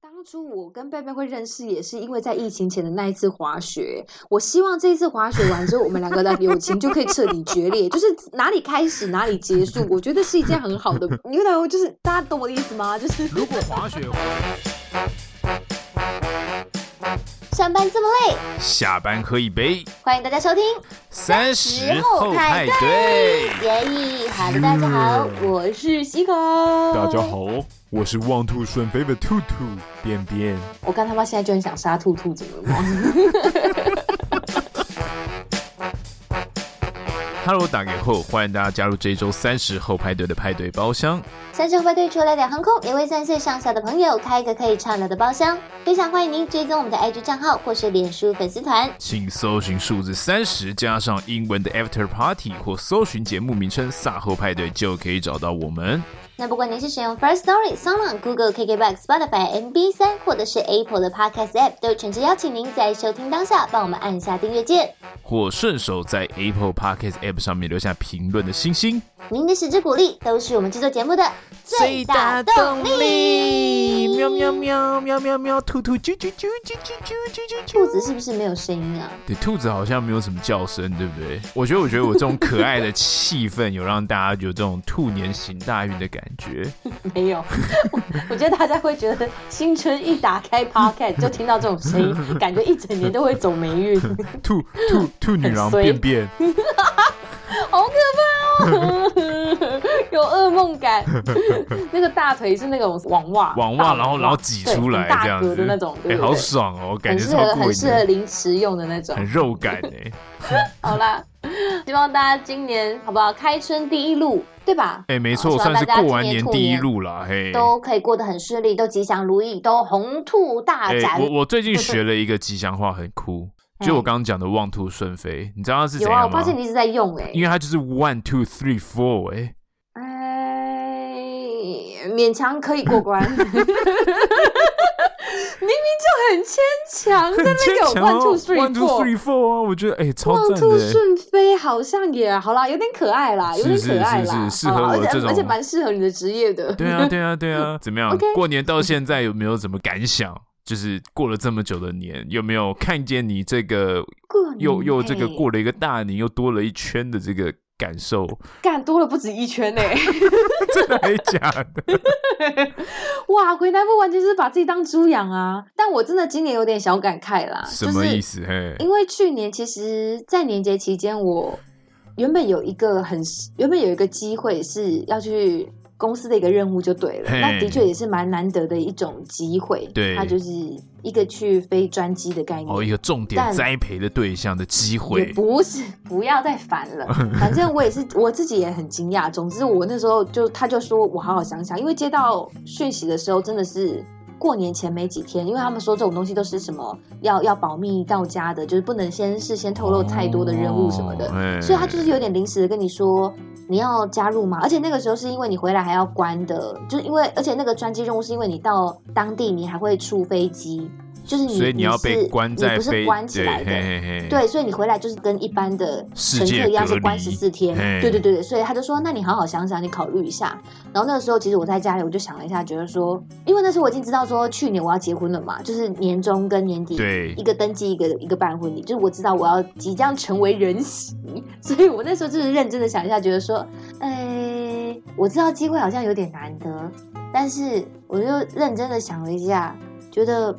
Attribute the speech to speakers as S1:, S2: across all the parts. S1: 当初我跟贝贝会认识，也是因为在疫情前的那一次滑雪。我希望这一次滑雪完之后，我们两个的友情就可以彻底决裂，就是哪里开始哪里结束。我觉得是一件很 好的，你知道，就是大家懂我的意思吗？就是
S2: 如果滑雪
S3: 上班这么累，
S2: 下班喝一杯，
S3: 欢迎大家收听
S2: 三十后派对。嗯
S3: 耶意。好的，大家好，我是西口。
S2: 大家好，我是望兔顺飞的兔兔便便。
S1: 我看他妈现在就很想杀兔兔，怎么了？
S2: Hello，打给后，欢迎大家加入这一周三十后派对的派对包厢。
S3: 三十后派对除了两航空，也为三岁上下的朋友开一个可以畅聊的包厢。非常欢迎您追踪我们的 IG 账号或是脸书粉丝团。
S2: 请搜寻数字三十加上英文的 After Party，或搜寻节目名称“萨后派对”就可以找到我们。
S3: 那不管您是使用 First Story、s o n g On、Google、KKBox、Spotify、MB 三，或者是 Apple 的 Podcast App，都诚挚邀请您在收听当下帮我们按下订阅键。
S2: 或顺手在 Apple Podcast App 上面留下评论的星星。
S3: 您的十支鼓励都是我们制作节目的最大动力。
S2: 喵喵喵喵喵喵，兔兔啾啾啾啾啾啾啾啾
S3: 兔
S2: 啾。
S3: 子是不是没有声音啊？
S2: 对，兔子好像没有什么叫声，对不对？我觉得，我觉得我这种可爱的气氛，有让大家有这种兔年行大运的感 觉。
S1: 没有，我我觉得大家会觉得新春一打开 Podcast 就听到这种声音，感觉一整年都会走霉运，
S2: 兔兔兔女郎
S1: 很衰
S2: 便便，
S1: 好可怕哦， 有噩梦感。 那个大腿是那种网袜，
S2: 网袜，
S1: 大
S2: 然后然后挤出来
S1: 对很
S2: 这
S1: 大
S2: 样
S1: 格
S2: 子
S1: 的那种，对
S2: 哎，
S1: 不对
S2: 好爽哦，感
S1: 很
S2: 觉
S1: 适
S2: 超
S1: 合
S2: 过
S1: 很适合
S2: 瘾，
S1: 零食用的那种
S2: 很。肉感 哎。
S1: 好啦，希望大家今年好不好？开春第一路，对吧？
S2: 哎，没
S3: 希
S2: 错，
S3: 望
S2: 算是
S3: 大家
S2: 过完
S3: 今年
S2: 年
S3: 兔
S2: 第一
S3: 年
S2: 路啦，嘿。
S3: 都可以过得很顺利，都吉祥如意，都红兔大
S2: 哎、
S3: 展。
S2: 我我最近学了一个吉祥话，很酷，就我刚刚讲的“望兔顺飞”，你知道它是怎
S1: 嗯有啊，我
S2: 样吗
S1: 发？现你一直在用哎、
S2: 因为它就是 one two three four，哎、
S1: 哎，勉强可以过 关，明明就很牵强， 在
S2: 很牵
S1: 那个
S2: 强
S1: one
S2: 哦
S1: two three
S2: one two
S1: four
S2: three。four 啊，我觉得哎、超
S1: 望
S2: 赞
S1: 兔
S2: 的、哎
S1: 顺飞好像也好啦，有点可爱啦，有点
S2: 是是
S1: 可爱啦，
S2: 是是
S1: 好啦
S2: 适合我
S1: 而且
S2: 这种
S1: 而且蛮适合你的职业的。
S2: 对啊，对啊，对啊，怎么样
S1: OK
S2: 过年到现在有没有什么感想？就是过了这么久的年，有没有看见你这个
S1: 过年
S2: 又又这个
S1: 欸
S2: 过了一个大年，又多了一圈的这个感 受？
S1: 干多了不止一圈呢、
S2: 真的还是假的？
S1: 哇，回南部完全是把自己当猪养啊！但我真的今年有点小感慨啦，
S2: 什么意
S1: 就是
S2: 思？嘿，
S1: 因为去年其实，在年节期间，我原本有一个很原本有一个机会是要去公司的一个任务就对了，
S2: 嘿
S1: 那的确也是蛮难得的一种机会。
S2: 对
S1: 它就是一个去飞专机的概念。
S2: 哦，一个重点
S1: 但
S2: 栽培的对象的机
S1: 也
S2: 会，
S1: 不是，不要再烦 了。反正我也是，我自己也很惊讶。总之，我那时候就他就说我好好想想，因为接到讯息的时候真的是过年前没几天，因为他们说这种东西都是什么要要保密到家的，就是不能先事先透露太多的任务什么的，
S2: 哦
S1: 所以他就是有点临时的跟你说你要加入嘛。而且那个时候是因为你回来还要关的，就是因为而且那个专机任务是因为你到当地你还会出飞机。就是你，
S2: 所以你要被
S1: 是
S2: 关
S1: 你
S2: 在
S1: 不
S2: 飞
S1: 是关起来的，
S2: 对嘿嘿嘿
S1: 对，所以你回来就是跟一般的
S2: 世
S1: 乘
S2: 界
S1: 客一样
S2: 隔
S1: 是关
S2: 离
S1: 十四天
S2: 嘿。
S1: 对对对对，所以他就说，那你好好想想，你考虑一下。然后那个时候，其实我在家里我就想了一下，觉得说，因为那时候我已经知道说去年我要结婚了嘛，就是年终跟年底。
S2: 对
S1: 一个登记，一个一个办婚礼，就是我知道我要即将成为人媳， 所以我那时候就是认真的想一下，觉得说，哎，我知道机会好像有点难得，但是我就认真的想了一下，觉得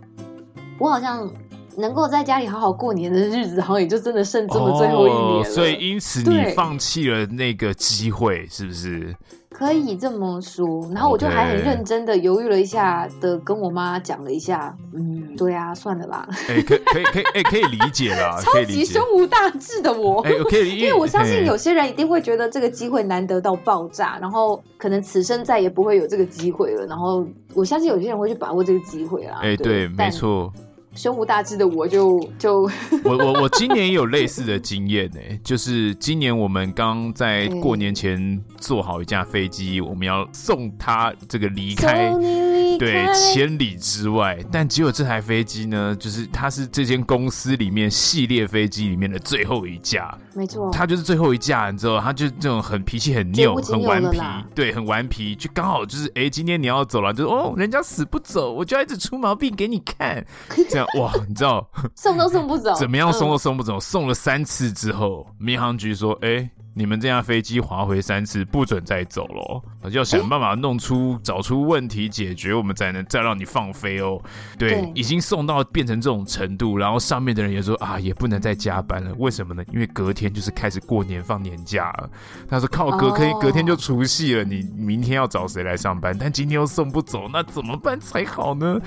S1: 我好像能够在家里好好过年的日子，好像也就真的剩这么最后一年了。
S2: 哦，所以因此你
S1: 对
S2: 放弃了那个机会，是不是？
S1: 可以这么说。然后我就
S2: OK
S1: 还很认真的犹豫了一下的，跟我妈讲了一下，嗯，对啊，算了吧。
S2: 哎、可可以可以哎、可以理解 啦，可
S1: 超
S2: 以理
S1: 级
S2: 解
S1: 胸。无大志的我，
S2: 哎、可以理，
S1: 因为我相信
S2: 嘿
S1: 有些人一定会觉得这个机会难得到爆炸，然后可能此生再也不会有这个机会了。然后我相信有些人会去把握这个机会啦。
S2: 哎、对，没。错，
S1: 但胸无大志的我就就
S2: 我我我今年也有类似的经验呢、就是今年我们刚在过年前做好一架飞机，我们要送他这个离开
S1: 送你离离
S2: 对
S1: 开，
S2: 千里之外，但只有这台飞机呢，就是它是这间公司里面系列飞机里面的最后一架，
S1: 没错，
S2: 它就是最后一架，你知道，它就是这种很脾气很
S1: 绝
S2: 拗、
S1: 无仅
S2: 很
S1: 有了
S2: 顽皮
S1: 啦，
S2: 对，很顽皮，就刚好就是，哎，今天你要走了，就是哦，人家死不走，我就要一直出毛病给你 看，这样哇，你知道
S1: 送都送不走，
S2: 怎么样
S1: 嗯
S2: 送都送不走，送了三次之后，民航局说，哎。你们这架飞机滑回三次，不准再走喽！要想办法弄出、找出问题解决，我们才能再让你放飞哦。对，
S1: 对
S2: 已经送到变成这种程度，然后上面的人也说啊，也不能再加班了。为什么呢？因为隔天就是开始过年放年假了。他说靠，隔天、
S1: 哦
S2: 隔天就除夕了，你明天要找谁来上班？但今天又送不走，那怎么办才好呢？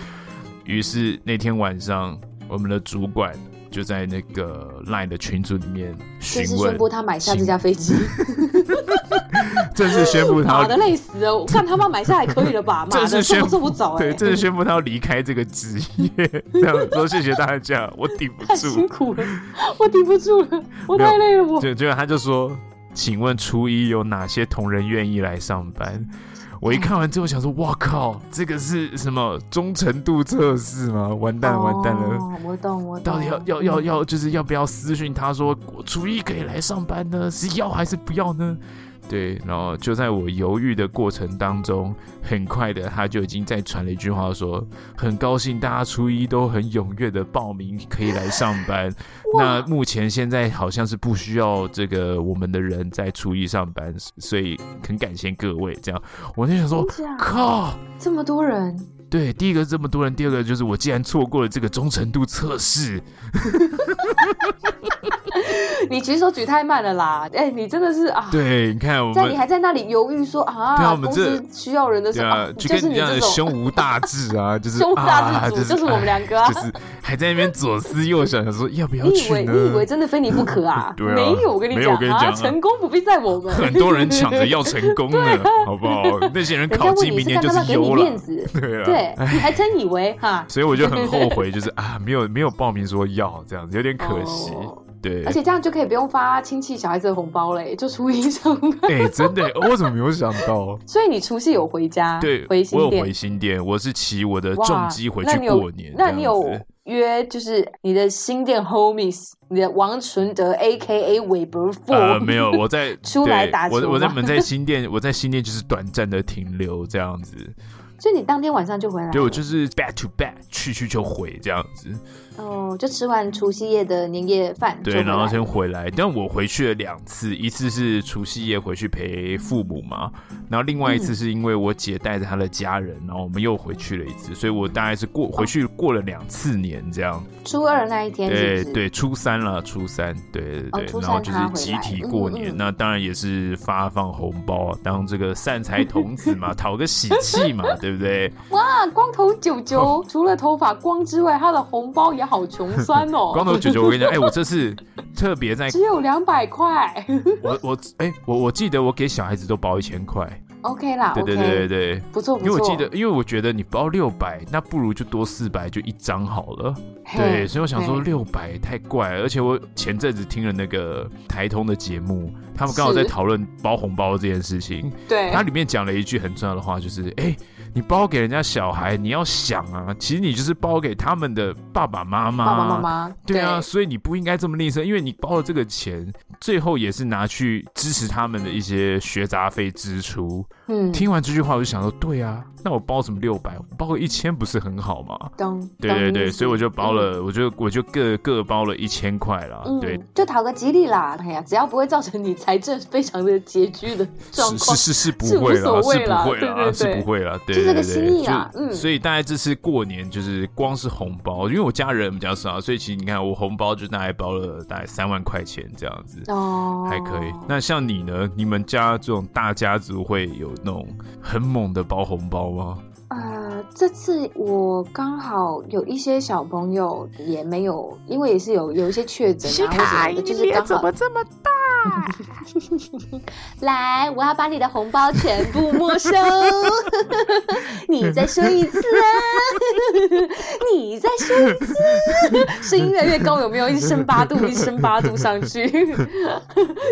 S2: 于是那天晚上，我们的主管就在那个 LINE 的群组里面询
S1: 正式宣
S2: 问，
S1: 布他买下这架飞机，
S2: 正式宣布他
S1: 妈的
S2: 要。
S1: 累死了！我看他妈买下来可以了吧？妈
S2: 正
S1: 的，
S2: 式
S1: 送
S2: 宣
S1: 都
S2: 布
S1: 送不走哎、
S2: 对，正式宣布他要离开这个职业，这样说谢谢大家，我顶不
S1: 太
S2: 住
S1: 辛。苦了，我顶不住了，我太累了，我
S2: 就就他就说，请问初一有哪些同仁愿意来上班？我一看完之后想说，哇靠，这个是什么忠诚度测试吗？完蛋了，完蛋了。
S1: 哦我懂，我懂。
S2: 到底要要要要，就是要不要私讯他说我初一可以来上班呢？是要还是不要呢？对，然后就在我犹豫的过程当中，很快的他就已经在传了一句话说，很高兴大家初一都很踊跃的报名可以来上 班。那目前现在好像是不需要这个我们的人在初一上班，所以很感谢各位。这样，我就想说，
S1: 真假
S2: 靠，
S1: 这么多人，
S2: 对，第一个是这么多人，第二个就是我竟然错过了这个忠诚度测试。
S1: 你举手举太慢了啦！哎、你真的是啊，
S2: 对，你看我
S1: 在你
S2: 们。
S1: 还在那里犹豫说啊，
S2: 对啊我们
S1: 公
S2: 这
S1: 司需要人的时
S2: 对
S1: 候，
S2: 啊，就
S1: 就
S2: 跟
S1: 是你
S2: 你这样
S1: 这
S2: 的
S1: 种
S2: 胸无大 志啊，就是
S1: 胸无大
S2: 啊
S1: 志主，就是我们两个啊
S2: 哎就是还在那边左思右想，想说要不要
S1: 你以
S2: 去
S1: 为
S2: 呢？
S1: 你以为真的非你不可啊？
S2: 对啊
S1: 没有，我跟你
S2: 没有我跟你
S1: 啊，
S2: 讲啊
S1: 成功不必在我们。
S2: 很多人抢 着要成功呢，好不好？那些人
S1: 人
S2: 考
S1: 家问
S2: 进
S1: 你
S2: 明
S1: 是
S2: 年
S1: 干嘛
S2: 就是
S1: 啊给你
S2: 优
S1: 面
S2: 了，
S1: 子？
S2: 对啊，
S1: 对，你还真以为哈？
S2: 所以我就很后悔，就是啊，没有没有报名说要这样子，有点可惜。
S1: 哦
S2: 对，
S1: 而且这样就可以不用发亲戚小孩子的红包嘞，就初一上班。
S2: 哎、真的， 我怎么没有想到？
S1: 所以你除夕有回家？
S2: 对，
S1: 回新
S2: 我有
S1: 店。
S2: 回新店，我是骑我的
S1: 哇，
S2: 重机回
S1: 那
S2: 去
S1: 你有
S2: 过年。
S1: 那你
S2: 这样
S1: 有
S2: 子
S1: 约就是你的新店 homies，你的王纯德 A K A 韦伯父、
S2: 呃，没有，我在
S1: 出来
S2: 对
S1: 打球
S2: 我我在
S1: 吗
S2: 我在新店， 我在新店就是短暂的停留这样子，
S1: 所以你当天晚上就回来了，
S2: 对我就是 back to back 去去就回这样子，
S1: 哦，就吃完除夕夜的年夜饭就
S2: 对，
S1: 回来
S2: 然后
S1: 了
S2: 先回来。但我回去了两次，一次是除夕夜回去陪父母嘛，然后另外一次是因为我姐带着她的家人，然后我们又回去了一次，所以我大概是过回去过了两次年这样。
S1: 初二那一天是
S2: 对
S1: 不是？
S2: 对，初三了，初三，对对
S1: 哦
S2: 对，
S1: 初
S2: 然后
S1: 三
S2: 就
S1: 他
S2: 是
S1: 回
S2: 集
S1: 来
S2: 体
S1: 嗯
S2: 过
S1: 嗯
S2: 年，
S1: 嗯
S2: 那当然也是发放红包，当这个散财童 子嘛，讨个喜气嘛，对不对？
S1: 哇，啊光头九九除了头发光之外，他的红包也好穷酸哦，
S2: 光头九九，我跟你讲，哎，我这次特别 在
S1: 只有两百块
S2: 我我哎，我我记得我给小孩子都包一千块，
S1: ，OK 啦
S2: 对对对对
S1: 啊，OK，
S2: 对。
S1: 不错不错，
S2: 因为我记得，因为我觉得你包六百，那不如就多四百，就一张好了。
S1: 嘿
S2: 对，所以我想说
S1: 嘿
S2: 六百太怪了，而且我前阵子听了那个台通的节目，他们刚好
S1: 是
S2: 在讨论包红包这件事情，
S1: 对
S2: 它里面讲了一句很重要的话，就是哎、你包给人家小孩，你要想啊，其实你就是包给他们的爸爸妈妈。
S1: 爸爸妈。妈，
S2: 啊对啊，所以你不应该这么吝啬，因为你包了这个钱，最后也是拿去支持他们的一些学杂费支出。
S1: 嗯，
S2: 听完这句话，我就想说，对啊，那我包什么六百，我包个一千不是很好吗？
S1: 懂，
S2: 对对
S1: 懂意
S2: 对，
S1: 思
S2: 所以我就包
S1: 嗯
S2: 了，我就我就各各包了一千块啦。对，
S1: 嗯，就讨个吉利啦。哎呀，只要不会造成你财政非常的拮据的状
S2: 是
S1: 况
S2: 是，是是不
S1: 是无
S2: 会
S1: 所
S2: 啦，是
S1: 谓啦
S2: 不会
S1: 对对
S2: 啦，是
S1: 对
S2: 不会啦，对
S1: 就
S2: 对
S1: 是个
S2: 对，
S1: 心意啦
S2: 就
S1: 嗯
S2: 所以大概这次过年就是光是红包，因为我家人比较少，所以其实你看我红包就大概包了大概三万块钱这样子。
S1: 哦，
S2: 还可以。那像你呢？你们家这种大家族会有那种很猛的包红包吗？
S1: 呃，这次我刚好有一些小朋友也没有，因为也是有有一些确诊啊，或者什么的就是刚好
S2: 这哎么
S3: 来，我要把你的红包全部没收。
S1: 你再说一次啊， 你再说一次，啊声音越来越 高，有没有？一升八度，一升八度上去，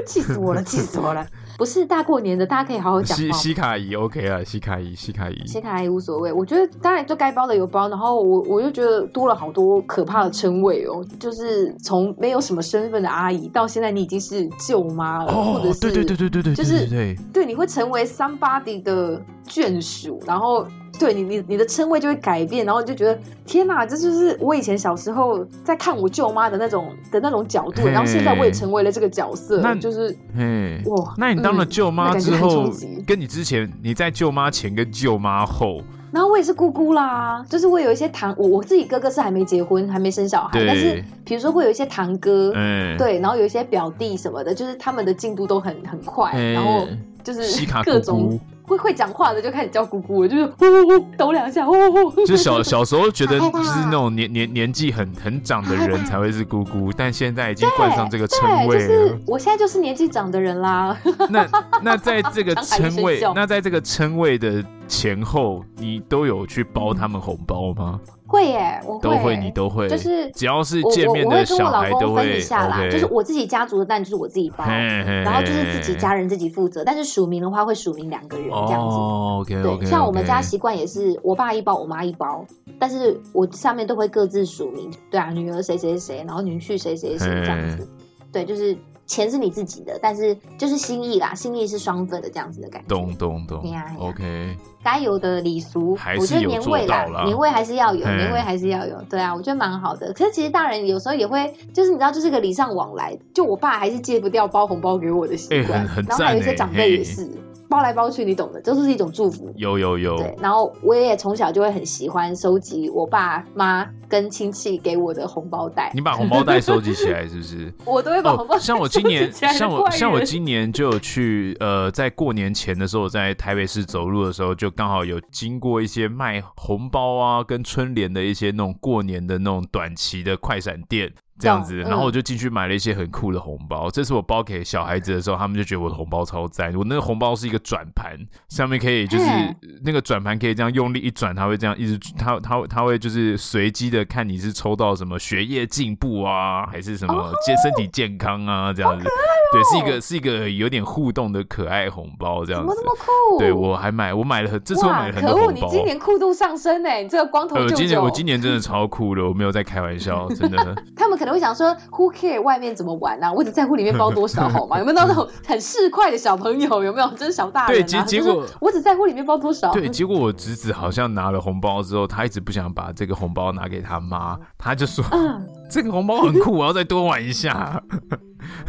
S1: 气死我了，气死我了。不是大过年的，大家可以好好讲
S2: 西
S1: 话。哦
S2: 西卡姨 OK 了，西卡姨西卡姨，
S1: 其他也无所谓，我觉得当然就该包的有包，然后我我就觉得多了好多可怕的称谓哦，就是从没有什么身份的阿姨到现在你已经是舅妈了，
S2: 哦
S1: 或者，是
S2: 对对对对对对，
S1: 就是
S2: 对对对
S1: 对，你会成为 somebody 的眷属，然后对你你你的称谓就会改变，然后你就觉得天哪，这就是我以前小时候在看我舅妈的那种的那种角度，
S2: 嘿
S1: 然后现在我也成为了这个角色
S2: 那，
S1: 就是
S2: 嘿。
S1: 哇，
S2: 那你当了
S1: 嗯
S2: 舅
S1: 那
S2: 妈
S1: 感觉
S2: 之
S1: 很
S2: 后
S1: 冲击，
S2: 跟你之前你在舅妈前跟舅妈后，
S1: 然后我也是姑姑啦，就是我有一些堂，我我自己哥哥是还没结婚，还没生小孩，
S2: 对
S1: 但是比如说会有一些堂哥，
S2: 嗯，
S1: 对，然后有一些表弟什么的，就是他们的进度都很很快，
S2: 哎
S1: 然后就是
S2: 西卡
S1: 各
S2: 姑
S1: 种
S2: 姑，
S1: 会会讲话的就开始叫姑姑了，就是呼呼呼抖两下，呼呼呼，
S2: 就小小时候觉得
S3: 好害怕
S2: 就是那种年年年纪很很长的
S3: 好害
S2: 人
S3: 怕
S2: 才会是姑姑，但现在已经冠上这个称
S1: 对，就
S2: 谓了
S1: 是。我现在就是年纪长的人啦，
S2: 那那在这个
S1: 张海医
S2: 称谓
S1: 生笑，
S2: 那在这个称谓的前后，你都有去包他们红包吗？
S1: 会耶，我
S2: 都会，
S1: 耶
S2: 你都会，
S1: 就是
S2: 只要是
S1: 我
S2: 见面
S1: 我我会
S2: 的
S1: 跟我
S2: 小
S1: 老
S2: 孩都
S1: 公分
S2: 会
S1: 一下啦，
S2: OK，
S1: 就是我自己家族的蛋就是我自己包，
S2: 然
S1: 然后就是自己家人自己负责，但是署名的话会署名两个人这样子。
S2: 哦，OK
S1: 对
S2: OK，
S1: 像我们家习惯也是，我爸一包，我妈一包，但是我上面都会各自署名，对啊，女儿谁谁谁，然后女婿谁谁谁这样子，对，就是钱是你自己的，但是就是心意啦，心意是双份的这样子的感觉，
S2: 懂懂懂
S1: 哎呀哎呀
S2: ，OK，
S1: 该有的礼俗
S2: 还，是
S1: 我觉得
S2: 有
S1: 年
S2: 做
S1: 味啦
S2: 到，啦
S1: 年味还是要有，
S2: 嘿
S1: 年味还是要有，对啊，我觉得蛮好的。可是其实大人有时候也会，就是你知道，就是个礼尚往来，就我爸还是戒不掉包红包给我的习惯，
S2: 哎很很
S1: 然后还有一些
S2: 赞哎
S1: 长辈也
S2: 嘿哦
S1: 是包来包去，你懂的，这就是一种祝福。
S2: 有有有，
S1: 对，然后我也从小就会很喜欢收集我爸妈跟亲戚给我的红包袋，
S2: 你把红包袋收集起来是 不是？
S1: 我都会把红包
S2: 哦，
S1: 袋
S2: 像我今年，
S1: 收集起来的
S2: 像我
S1: 怪
S2: 像我
S1: 人
S2: 今年就有去，呃，在过年前的时候，我在台北市走路的时候，就刚好有经过一些卖红包啊，跟春联的一些那种过年的那种短期的快闪店。这样子，
S1: 懂嗯
S2: 然后我就进去买了一些很酷的红包。这是我包给小孩子的时候，他们就觉得我的红包超赞。我那个红包是一个转盘，上面可以就是
S1: 嗯
S2: 那个转盘可以这样用力一转，它会这样一直，它它它会就是随机的看你是抽到什么学业进步啊，还是什么
S1: 哦
S2: 健身体健康啊这样子。对，是一个是一个有点互动的可爱红包
S1: 怎
S2: 这样
S1: 么
S2: 子
S1: 那。么酷？
S2: 对我还买，我买了很，这次我买
S1: 哇，
S2: 了很
S1: 可
S2: 多
S1: 恶！
S2: 红
S1: 你
S2: 包。
S1: 今年酷度上升哎，你这个光头
S2: 呃，我
S1: 舅舅。
S2: 今年我今年真的超酷的，我没有在开玩笑，真 的。
S1: 他们可能会想说，Who care 外面怎么玩啊？我只在乎里面包多 少好吗？有没有那种很市侩的小朋友？有没有？真是小大人、啊。
S2: 对结结果
S1: 就是我只在乎里面包多少。
S2: 对，结果我侄子好像拿了红包之后，他一直不想把这个红包拿给他妈，他就说
S1: 嗯，
S2: 这个红包很酷，我要再多玩 一下。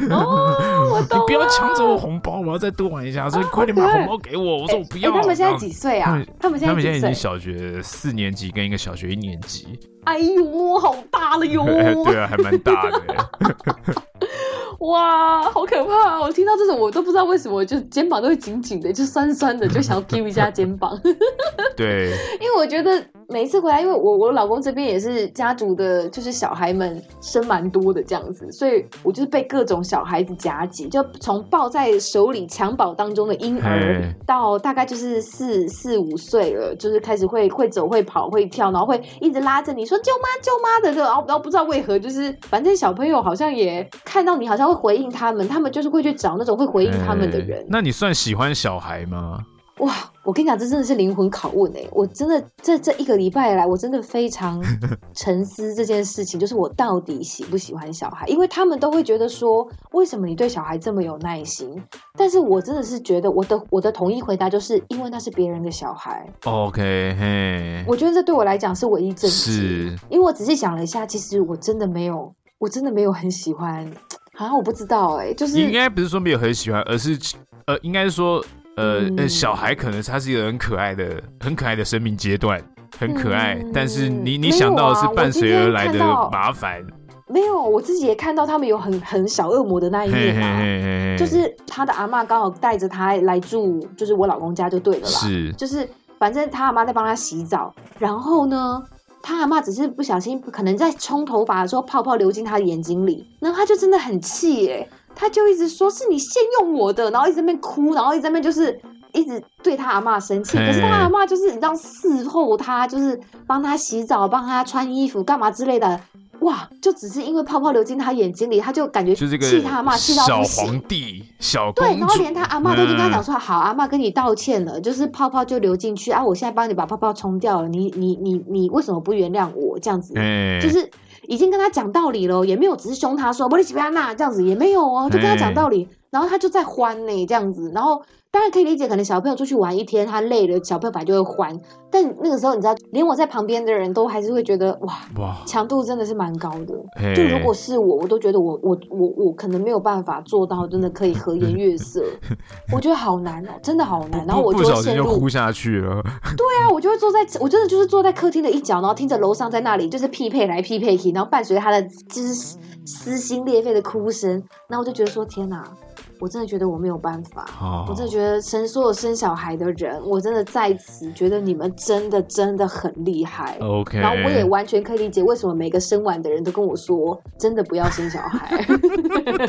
S1: 哦， 我
S2: 你
S1: 懂了。
S2: 不要抢走我红包，我要再多玩一下，所以快点把
S1: 好可爱
S2: 红包给我。我说我不
S1: 哎
S2: 要。
S1: 他们现
S2: 然
S1: 在
S2: 后
S1: 几岁啊？他们现在
S2: 他们现
S1: 几
S2: 在已
S1: 岁？
S2: 经小学四年级跟一个小学一年 级，
S1: 哎呦，好大了哟！
S2: 对啊，还蛮大的。
S1: 哇，好可怕、哦！我听到这种，我都不知道为什么，就肩膀都会紧紧的，就酸酸的，就想要丢一下肩膀。
S2: 对，
S1: 因为我觉得每一次回来，因为我我老公这边也是家族的，就是小孩们生蛮多的这样子，所以我就是被各种小孩子夹击，就从抱在手里襁褓当中的婴儿
S2: 嘿，
S1: 到大概就是四四五岁了，就是开始会会走、会跑、会跳，然后会一直拉着你说“舅妈、舅妈”的，然后然后不知道为何，就是反正小朋友好像也看到你，好像会回应他们，他们就是会去找那种会回应他们的
S2: 哎
S1: 人。
S2: 那你算喜欢小孩吗？
S1: 哇，我跟你讲，这真的是灵魂拷问哎、我真的这这一个礼拜来，我真的非 常沉思这件事情，就是我到底喜不喜欢小孩？因为他们都会觉得说，为什么你对小孩这么有耐心？但是我真的是觉得，我的我的统一回答就是因为那是别人的小孩。
S2: OK，嘿，
S1: 我觉得这对我来讲是唯一正解，
S2: 是
S1: 因为我仔细想了一下，其实我真的没有，我真的没有很喜欢。好像我不知道哎、就是
S2: 应该不是说没有很喜欢，而是呃，应该是说呃、
S1: 嗯
S2: 呃，小孩可能他是一个很可爱的、很可爱的生命阶段，很可爱，
S1: 嗯
S2: 但是你
S1: 没
S2: 你
S1: 有
S2: 想到的是
S1: 啊我
S2: 伴
S1: 今
S2: 随
S1: 天
S2: 而来
S1: 看
S2: 的
S1: 到
S2: 麻烦，
S1: 没有，我自己也看到他们有很很小恶魔的那一
S2: 嘿
S1: 面
S2: 嘿
S1: 啊。
S2: 嘿嘿嘿，
S1: 就是他的阿妈刚好带着他来住，就是我老公家就对了啦。
S2: 是
S1: 就是反正他阿妈在帮他洗澡，然后呢，他阿妈只是不小心，可能在冲头发的时候泡泡流进他的眼睛里，然后他就真的很气耶、他就一直说是你先用我的，然后一直在那边哭，然后一直在那边就是。一直对他阿妈生气，
S2: 嘿
S1: 可是他阿妈就是你知道伺候他，就是帮他洗澡、帮他穿衣服、干嘛之类的。哇，就只是因为泡泡流进他眼睛里，他就感觉
S2: 就是个
S1: 气他阿妈气到
S2: 小
S1: 不行
S2: 皇。帝、小公
S1: 对，
S2: 主，
S1: 然后连他阿妈都已经跟他讲
S2: 嗯
S1: 说：“好，阿妈跟你道歉了，就是泡泡就流进去啊，我现在帮你把泡泡冲掉了，你你你你为什么不原谅我？这样子，
S2: 哎，
S1: 就是已经跟他讲道理了，也没有只是凶他说“不是不要那”这样子，也没有哦，就跟他讲道理，然后他就在欢呢这样子，然后当然可以理解，可能小朋友出去玩一天，他累了，小朋友本来就会欢，但那个时候你知道，连我在旁边的人都还是会觉得哇，
S2: 哇，
S1: 强度真的是蛮高的。
S2: 哎
S1: 就如果是我，我都觉得我我我我可能没有办法做到，真的可以和颜悦 色，我觉得好难哦，真的好难。然后
S2: 不
S1: 我
S2: 不
S1: 就
S2: 小
S1: 会
S2: 心
S1: 陷
S2: 就
S1: 入
S2: 呼下去了，
S1: 对啊，我就会坐在，我真的就是坐在客厅的一角，然后听着楼上在那里就是匹配来匹配去，然后伴随着他的就是撕心裂肺的哭声，然后我就觉得说天哪，我真的觉得我没有办法，
S2: 哦
S1: 我真的觉得生所有生小孩的人，我真的在此觉得你们真的真的很厉害。
S2: OK，
S1: 然后我也完全可以理解为什么每个生完的人都跟我说，真的不要生小孩。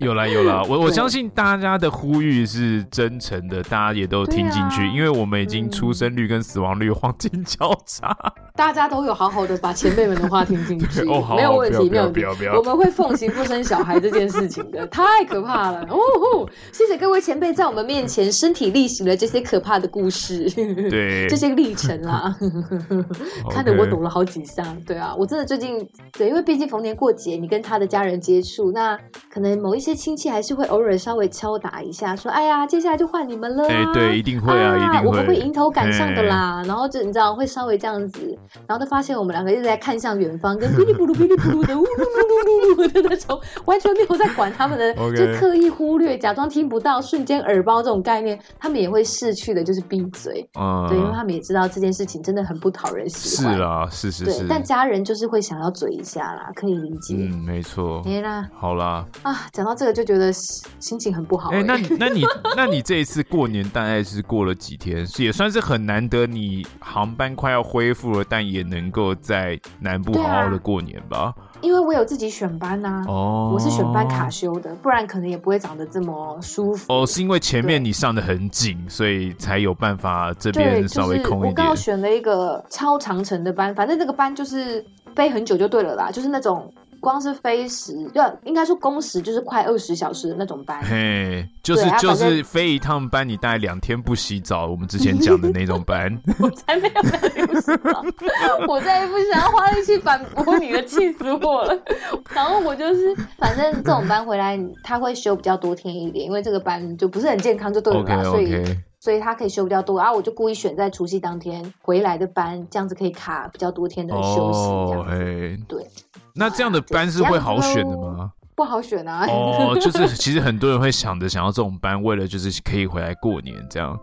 S2: 有啦有啦，我我
S1: 对
S2: 相信大家的呼吁是真诚的，大家也都听进去，
S1: 对啊
S2: 因为我们已经
S1: 嗯
S2: 出生率跟死亡率黄金交叉。
S1: 大家都有好好的把前辈们的话听进去，
S2: 哦好
S1: 没有
S2: 好
S1: 问
S2: 不要
S1: 题，
S2: 不
S1: 没有
S2: 要
S1: 问
S2: 不
S1: 题
S2: 要不要。
S1: 我们会奉行不生小孩这件事情的，太可怕了！哦吼，谢谢各位前辈在我们面前身体力行了这些可怕的故事，
S2: 对，
S1: 这些历程 啦，看得我抖。了好几下。对啊，我真的最近对，因为毕竟逢年过节，你跟他的家人接触，那可能某一些亲戚还是会偶尔稍微敲打一下，说：“哎呀，接下来就换你们了、啊。”
S2: 哎，对，一定会啊，一定
S1: 我们会迎
S2: 会。
S1: 头赶上的啦。然后就你知道会稍微这样子，然后就发现我们两个一直在看向远方，跟哔哩咕噜哔哩咕噜的呜噜噜噜噜噜的那种，完全没有在管他们的
S2: OK
S1: 就刻意忽略，假装听不到，瞬间耳包这种概念，他们也会逝去的，就是闭嘴。对，因为他
S2: 嗯，
S1: 们也知道这件事情真的很不讨人喜
S2: 是
S1: 欢。
S2: 啦，是是
S1: 对
S2: 是，，
S1: 但家人就是会想要嘴一下啦，可以理解。
S2: 嗯，没错。
S1: 没啦
S2: 好啦，
S1: 啊，讲到这个就觉得心心情很不好、欸。
S2: 哎，那你那你那你这一次过年大概是过了几天？是也算是很难得，你航班快要恢复了，但也能够在南部
S1: 对
S2: 好
S1: 啊
S2: 好的过年吧？
S1: 因为我有自己选班呐、
S2: 哦，
S1: 我是选班卡修的，不然可能也不会长得这么舒服。
S2: 哦，是因为前面你上的很紧，所以才有办法这
S1: 对，
S2: 边
S1: 就是
S2: 稍微空
S1: 我
S2: 一
S1: 刚
S2: 点
S1: 好。选了一个超长程的班，反正这个班就是飞很久就对了啦，就是那种光是飞时，对，应该说工时就是快二十小时的那种班。
S2: 嘿，就是、
S1: 对啊
S2: 就
S1: 反
S2: 是
S1: 正
S2: 飞一趟班，你大概两天不洗澡，我们之前讲的那种班。
S1: 我才没有那个意思啊我再也不想要花力气反驳你了，气死我了。然后我就是，反正这种班回来他会休比较多天一点，因为这个班就不是很健康就 对了
S2: OK
S1: 啦所以
S2: OK，
S1: 所以他可以休比较多。然、后我就故意选在除夕当天回来的班，这样子可以卡比较多天的休息，这
S2: 哦
S1: 样，子、
S2: 嘿，
S1: 对，
S2: 那这样的班是会好选的吗？
S1: 不好选啊。
S2: 哦，就是其实很多人会想着想要这种班，为了就是可以回来过年这样。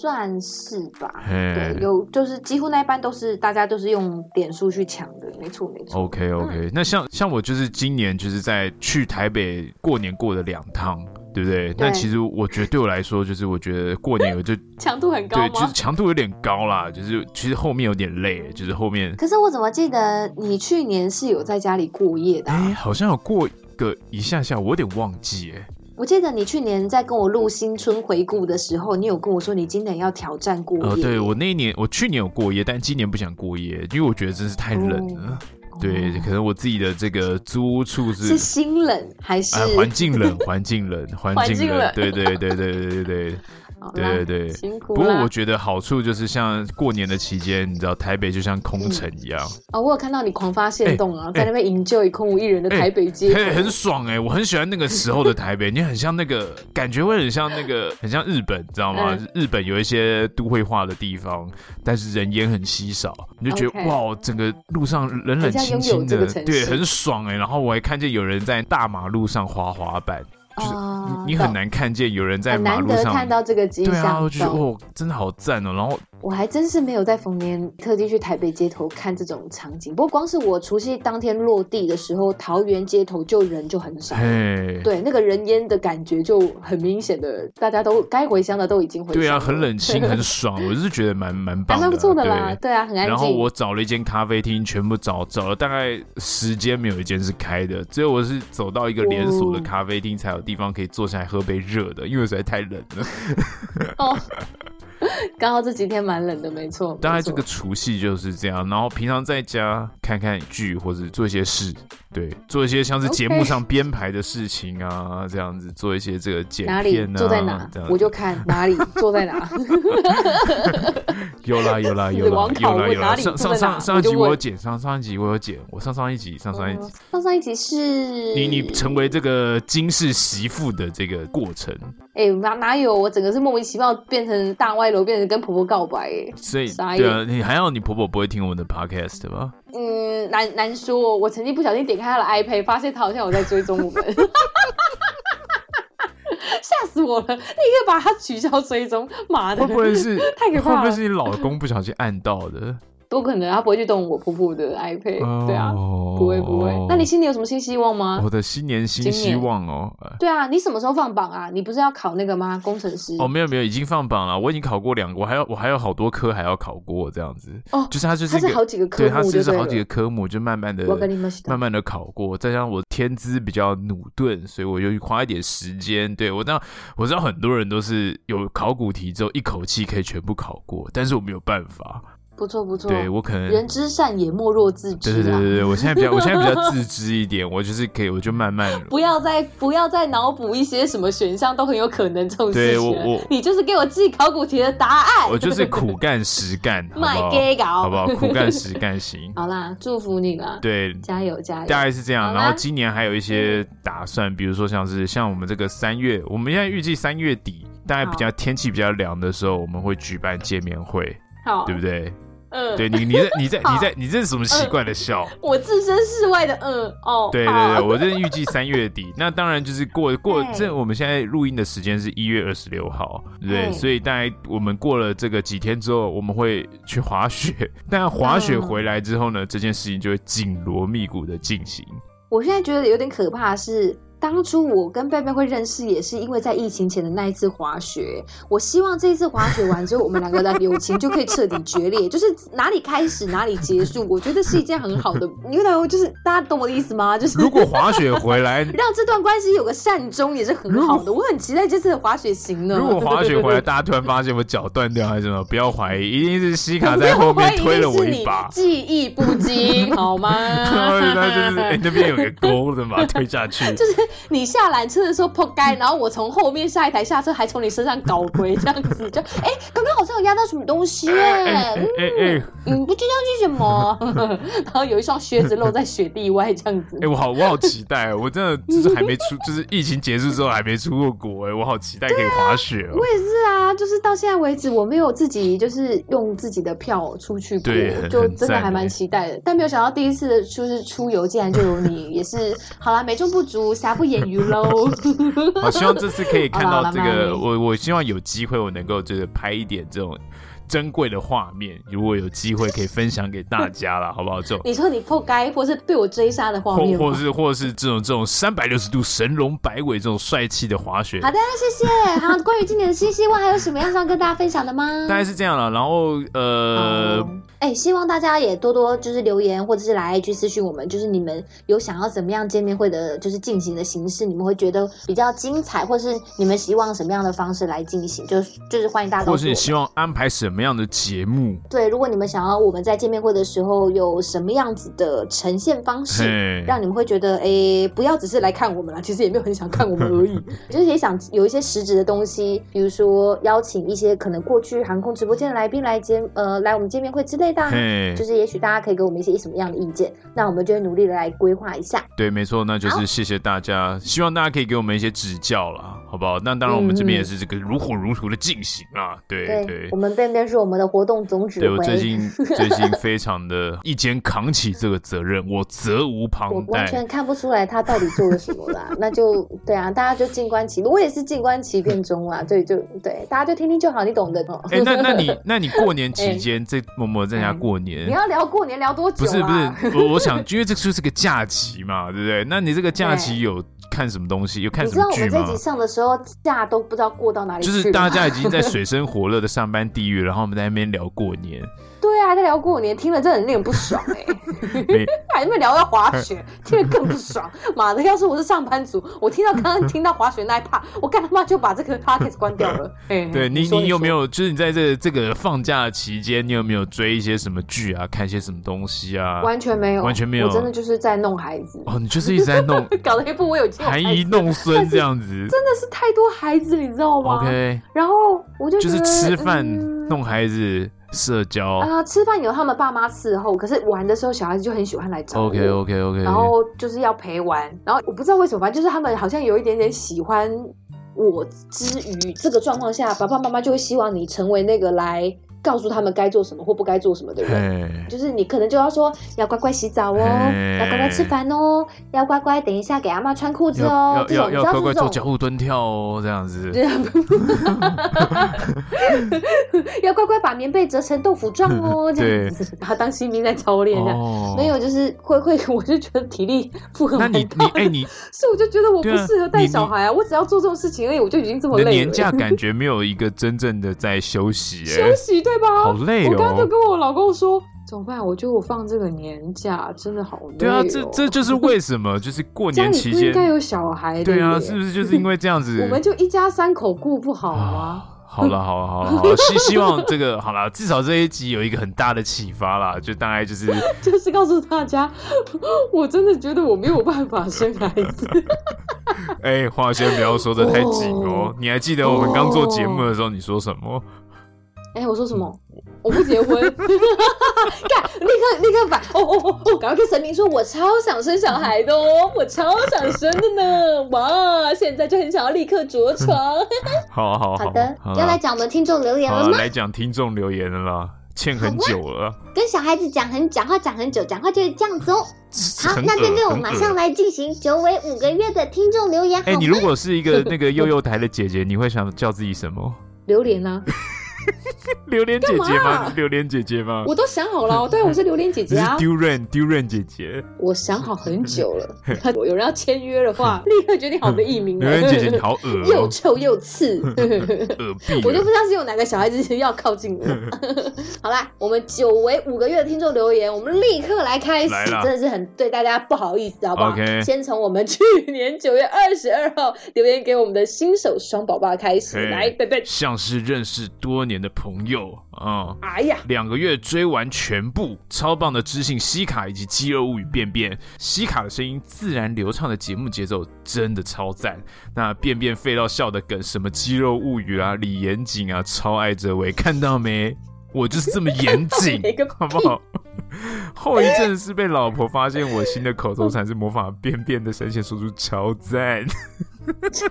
S1: 算是吧，
S2: 嘿
S1: 对，有就是几乎那一班都是大家都是用点数去抢的，没错没错。
S2: OK OK，、那像像我就是今年就是在去台北过年过了两趟，对不对？那
S1: 对
S2: 其实我觉得对我来说，就是我觉得过年我就
S1: 强度很高
S2: 对，就是
S1: 吗？
S2: 强度有点高啦，就是其实后面有点累，就是后面
S1: 可是我怎么记得你去年是有在家里过夜的啊、
S2: 哎、好像有过个一下下，我有点忘记哎、
S1: 我记得你去年在跟我录新春回顾的时候，你有跟我说你今年要挑战过夜。
S2: 呃，对我那一年，我去年有过夜，但今年不想过夜，因为我觉得真是太冷
S1: 哦
S2: 了。对，可能我自己的这个租屋处
S1: 是
S2: 是。
S1: 心冷还是？
S2: 哎，环境冷，环境 冷，环
S1: 环
S2: 境
S1: 境
S2: 冷
S1: 冷，
S2: 对对对对对对对。
S1: 好啦
S2: 对对对
S1: 哦辛苦
S2: 不
S1: 啦。
S2: 过我觉得好处就是，像过年的期间，你知道台北就像空城一样，
S1: 哦，我有看到你狂发现动啊，
S2: 哎
S1: 在那边营救一空无一人的台北街头，
S2: 嘿，很爽哎、我很喜欢那个时候的台北，你很像那个感觉会很像那个很像日本，你知道吗？
S1: 嗯
S2: 日本有一些都会化的地方，但是人烟很稀少，你就觉得
S1: OK
S2: 哇，整个路上冷冷清清
S1: 人家拥有这
S2: 的
S1: 个，城市
S2: 对，很爽哎、然后我还看见有人在大马路上滑滑板，就是
S1: 啊
S2: 你你很难看见有人在
S1: 很
S2: 马
S1: 难
S2: 路
S1: 得看
S2: 上。
S1: 到这个迹
S2: 对啊，
S1: 象。
S2: 我就觉得
S1: 懂
S2: 哦，真的好赞哦！然后
S1: 我还真是没有在逢年特地去台北街头看这种场景。不过光是我除夕当天落地的时候，桃园街头就人就很
S2: 哎
S1: 少。
S2: 嘿，
S1: 对，那个人烟的感觉就很明显的，大家都该回乡的都已经回乡了。
S2: 对啊，很冷清，很爽，我是觉得蛮蛮棒
S1: 还
S2: 的
S1: 蛮
S2: 啊，
S1: 不错的
S2: 对
S1: 啦。对啊，很安静。
S2: 然后我找了一间咖啡厅，全部找找了大概十间，没有一间是开的，只有我是走到一个连锁
S1: 哦
S2: 的咖啡厅才有地方可以坐下来喝杯热的，因为实在太冷了。
S1: 哦，刚好这几天蛮冷的，没错。
S2: 大概
S1: 没错
S2: 这个除夕就是这样，然后平常在家看看剧或者做一些事，对，做一些像是节目
S1: OK
S2: 上编排的事情啊，这样子做一些这个剪
S1: 哪里
S2: 片啊，
S1: 坐在哪
S2: 这样，子
S1: 我就看哪里坐在哪。
S2: 有啦有啦
S1: 死
S2: 有啦
S1: 亡拷
S2: 有啦
S1: 问
S2: 有啦，
S1: 哪里
S2: 上
S1: 坐在哪
S2: 上
S1: 我
S2: 上上一
S1: 就
S2: 集我有
S1: 问
S2: 剪，上上一集我有剪，我上上一集上上一集。
S1: 上哦上一集是
S2: 你你成为这个金氏媳妇的这个过程，
S1: 哎、哪哪有？我整个是莫名其妙变成大歪楼，变成跟婆婆告白、哎，
S2: 所以
S1: 傻
S2: 对啊，你还好你婆婆不会听我们的 podcast 吧？
S1: 嗯，难难说。我曾经不小心点开她
S2: 嗯
S1: 的 iPad，发现她好像有在追踪我们， 吓死我了！立刻把她取消追踪，妈的！
S2: 会不会是
S1: 太可怕
S2: 会
S1: 了
S2: 不会是你老公不小心按到的？
S1: 不可能，她不会去动我婆婆的 iPad，、对啊，
S2: 哦
S1: 不会不会。那你心里有什么新希望吗？
S2: 我的新年新希望哦。呃
S1: 对啊，你什么时候放榜啊？你不是要考那个吗？工程师
S2: 哦，没有没有，已经放榜了。我已经考过两个，我还有我还有好多科还要考过，这样子。
S1: 哦
S2: 就是它就是
S1: 它
S2: 一个
S1: 是好几个科
S2: 对，它
S1: 目
S2: 是
S1: 就对
S2: 好几
S1: 了
S2: 个科目，就慢慢的
S1: わかりました
S2: 慢慢的考过。再加上我天资比较努钝，所以我就花一点时间。对我知道我知道很多人都是有考古题之后一口气可以全部考过，但是我没有办法。
S1: 不错不错，
S2: 对我可能
S1: 人之善也莫若自知
S2: 对
S1: 啊。
S2: 对对对对，我现在比 较我现在比较自知一点，我就是可以我就慢慢
S1: 不要再不要再脑补一些什么选项都很有可能这种事
S2: 对
S1: 情
S2: 我
S1: 了。
S2: 我
S1: 你就是给我记考古题的答案。
S2: 我就是苦干实干，好不
S1: My
S2: 好？
S1: gay 搞
S2: 好不好？苦干实干型
S1: ，好啦，祝福你啦，
S2: 对，
S1: 加油加油！
S2: 大概是这样。
S1: 好啦嗯
S2: 然后今年还有一些打算，比如说像是像我们这个三月，我们现在预计三月底，大概比较天气比较凉的时候，我们会举办见面会，
S1: 好，
S2: 对不对？
S1: 嗯，
S2: 对你，你 在你在
S1: 哦好
S2: 你在你这是什么奇怪的笑？
S1: 我置身事外的，嗯，哦，
S2: 对对
S1: 好
S2: 对，我这预计三月底。那当然就是过过
S1: 哎
S2: 这，我们现在录音的时间是一月二十六号，对不对，
S1: 哎
S2: 所以大概我们过了这个几天之后，我们会去滑雪。 但滑雪
S1: 嗯
S2: 回来之后呢，这件事情就会紧锣密鼓的进行。
S1: 我现在觉得有点可怕的是。当初我跟贝贝会认识，也是因为在疫情前的那一次滑雪。我希望这一次滑雪完之后，我们两个的友情就可以彻底决裂，就是哪里开始哪里结束。我觉得是一件很好的，你懂，就是大家懂我的意思吗？就是
S2: 如果滑雪回来
S1: 让这段关系有个善终也是很好的。我很期待这次的滑雪行呢。
S2: 如果滑雪回来，
S1: 嗯对，
S2: 大家突然发现我脚断掉还是什么，不要怀疑，一定是西卡
S1: 对
S2: 在
S1: 对对
S2: 后
S1: 我不要
S2: 面推了我
S1: 怀疑是
S2: 一
S1: 你。
S2: 把
S1: 记忆不精好 吗？
S2: 那就是
S1: 嗯
S2: 哎、那边有个沟的嘛，推 下去。
S1: 就是你下缆车的时候破盖，然后我从后面下一台下车，还从你身上搞回这样子，就哎，刚刚好像有压到什么东西哎、嗯
S2: 哎哎
S1: 嗯，不知道是什么， 然后有一双靴子露在雪地外这样子
S2: 哎、。我好，我好期待哦！我真的就是还没出， 就是疫情结束之后还没出过国哎，我好期待可以滑雪哦
S1: 我。也是啊，就是到现在为止，我没有自己就是用自己的票出去过
S2: 对很，
S1: 就
S2: 很
S1: 真的
S2: 赞
S1: 还蛮
S2: 欸
S1: 期待的。但没有想到第一次就是出游，竟然就有你，也是好啦，美中不足，瑕不掩瑜喽。
S2: 好，希望这次可以看
S1: 好
S2: 到
S1: 啦
S2: 这
S1: 慢慢
S2: 个，
S1: 来
S2: 我我希望有机会我能够就是拍一点这种珍贵的画面，如果有机会可以分享给大家了，好不好？这种
S1: 你说你破该，或是被我追杀的画
S2: 或
S1: 面吗
S2: 或是或是这种这种三百六十度神龙摆尾这种帅气的滑雪
S3: 好的，谢谢。好，关于今年的新希望，还有什么要想跟大家分享的吗？
S2: 大概是这样了。然后呃，
S1: 哦
S3: 哎、希望大家也多多就是留言，或者是来 IG 私讯我们，就是你们有想要怎么样见面会的，就是进行的形式，你们会觉得比较精彩，或是你们希望什么样的方式来进行，就是就是欢迎大家告
S2: 或
S3: 诉
S2: 是
S3: 我
S2: 你
S3: 们。
S2: 希望安排什么样的节目？
S3: 对，如果你们想要我们在见面会的时候有什么样子的呈现方式，
S2: 嘿，
S3: 让你们会觉得，哎、不要只是来看我们啦，其实也没有很想看我们 而已，
S1: 就是也想有一些实质的东西，比如说邀请一些可能过去航空直播间的来宾来见，呃，来我们见面会之类的啊、
S2: 嘿
S3: 就，是也许大家可以给我们一些什么样的意见，那我们就会努力的来规划一下。
S2: 对，没错，那就是谢谢大家，希望大家可以给我们一些指教啦，好不好？那当然，我们这边也是这个如火如荼的进行啊，对对
S3: 嗯我。们便便是我们的活动总指
S2: 对我
S3: 挥。
S2: 最 近最近非常的一肩扛起这个责任，我责无
S3: 我
S2: 旁
S3: 完
S2: 贷。
S3: 全看不出来他到底做了什么啦，那就对啊，大家就静观其变。我也是静观其变中啦，对，就对，大家就听听就好，你懂的哦。
S2: 哎，那那你那你过年 期
S3: 嗯
S1: 哎
S2: 间在默默在家过年
S1: 你，要聊过年聊多久、啊？
S2: 不是不是，我我想，因为这就是个假期嘛，对不对？那你这个假期有看什么东西？有看
S3: 你
S2: 什
S3: 知道
S2: 么
S3: 我
S2: 剧
S3: 们这
S2: 吗？
S3: 集上的时候，假都不知道过到哪里
S2: 就
S3: 去了。
S2: 是大
S1: 啊
S2: 家已经在水深火热的上班 地狱，然后我们在那边聊过年，
S1: 对啊，在聊过年，听了真的很令人不爽哎、
S2: 没
S1: 看有没有聊到滑 雪，听得更不爽。妈的，要是我是上班族，我听到刚刚听到滑雪那一趴，我干他妈就把这个 podcast 关掉 了。哎，
S2: 对你，
S1: 说
S2: 你有没？
S1: 说
S2: 有就是你在这这个放假期间，你有没有追一些什么剧啊，看一些什么东西啊？
S1: 完全没有，
S2: 完全没有
S1: 我真的就是在弄孩子，
S2: 哦，你就是一直在 弄
S1: 搞得一部我有经有
S2: 含
S1: 孩
S2: 饴
S1: 子
S2: 弄孙这样子。
S1: 真的是太多孩子，你知道吗
S2: OK，
S1: 然后我就
S2: 就
S1: 觉得
S2: 是吃饭、
S1: 嗯
S2: 弄孩子、社交。
S1: 啊、吃饭有他们爸妈伺候，可是玩的时候小孩子就很喜欢来找我。
S2: OK OK OK。
S1: 然后就是要陪玩，然后我不知道为什么，反正就是他们好像有一点点喜欢我之余，这个状况下，爸爸妈妈就会希望你成为那个来告诉他们该做什么或不该做什么的人。
S2: 嘿，
S1: 就是你可能就要说要乖乖洗澡哦，
S2: 嘿
S1: 要乖乖吃饭哦，要乖乖等一下给阿妈穿裤子哦
S2: 要，
S1: 这种
S2: 要
S1: 你
S2: 要
S1: 知道
S2: 要乖
S1: 是
S2: 乖
S1: 这
S2: 做
S1: 种
S2: 脚步蹲跳哦，这样子。
S1: 要乖乖把棉被折成豆腐状 哦，这样子， 然后当新兵在操练这样。
S2: 哦
S1: 没有，就是会会， 我就觉得体力负荷
S2: 那
S1: 蛮
S2: 你
S1: 大
S2: 你
S1: 的
S2: 哎、你
S1: 所以我就觉得我不
S2: 对啊
S1: 适合带
S2: 你
S1: 小
S2: 你
S1: 孩啊，我只要做这种事情而已，我就已经这么
S2: 你
S1: 累了。
S2: 的年假感觉没有一个真正的在休息、哎，
S1: 休息对吧？
S2: 好累
S1: 我刚刚就
S2: 哦。
S1: 跟我老公说，怎么办？我觉得我放这个年假真的好累、哦。
S2: 对啊，这这就是为什么就是过
S1: 家
S2: 年
S1: 里
S2: 期
S1: 不应
S2: 间，
S1: 该有小孩的
S2: 对啊，
S1: 耶
S2: 是不是就是因为这样子？
S1: 我们就一家三口顾不好 吗？
S2: 啊，好了好了好了好了，希希望这个好了，至少这一集有一个很大的启发啦，就大概就是
S1: 就是告诉大家， 我真的觉得我没有办法生孩子。
S2: 哎，话先不要说的太紧哦
S1: 哦。
S2: 你还记得我们刚做节目的时候你说什么？
S1: 哎、我说什么？
S2: 嗯
S1: 我不结 婚，干，立刻立刻反，哦哦哦哦，赶快跟神明说，我超想生小孩的哦，我超想生的呢，哇，现在就很想要立刻着床。
S2: 好啊好
S3: 好
S2: 好
S3: 的，要来讲我们听众留言
S2: 好
S3: 了
S2: 了，
S3: 吗？
S2: 来讲听众留言了啦，欠很久了，
S3: 跟小孩子讲很讲话讲很久，讲话就是这样子哦。好，
S2: 很
S3: 那这边
S2: 恶
S3: 我
S2: 很
S3: 马
S2: 恶
S3: 上来进行久违五个月的听众留言，好
S2: 哎，
S3: 吗
S2: 你？如果是一个那个幼幼台的姐姐，你会想叫自己什么？
S1: 榴莲啊，
S2: 榴莲姐姐
S1: 干
S2: 吗
S1: 嘛？
S2: 榴莲姐姐吗？
S1: 我都想好了哦，对，我是榴莲姐
S2: 你
S1: 姐
S2: 是
S1: 啊，
S2: Duran Duran 姐姐，
S1: 我想好很久 了。有人要签约的话，立刻决定好我们的艺名
S2: 榴
S1: 了。
S2: 莲姐姐 你好恶
S1: 又
S2: 哦，
S1: 臭又 刺，
S2: 恶毙
S1: 我就
S2: 了
S1: 不。知道是有哪个小孩子要靠近我。 好啦，我们久违五个月的听众留言，我们立刻来开始
S2: 来啦，
S1: 真的是很对大家不好意思，好不好
S2: OK
S1: 先从我们去年九月二十二号留言给我们的新手双宝爸开始，
S2: 嘿
S1: 来，贝贝，
S2: 像是认识多年的朋友啊。嗯
S1: 哎呀，
S2: 两个月追完全部，超棒的知性西卡以及肌肉物语便便，西卡的声音自然流畅的节目节奏真的超赞。那便便废到笑的梗，什么肌肉物语啊、李严谨啊，超爱哲维，看到没？我就是这么严谨
S1: 没个，
S2: 好不好？后一阵是被老婆发现我新的口头禅是模仿便便的神仙叔叔，超赞。
S1: 超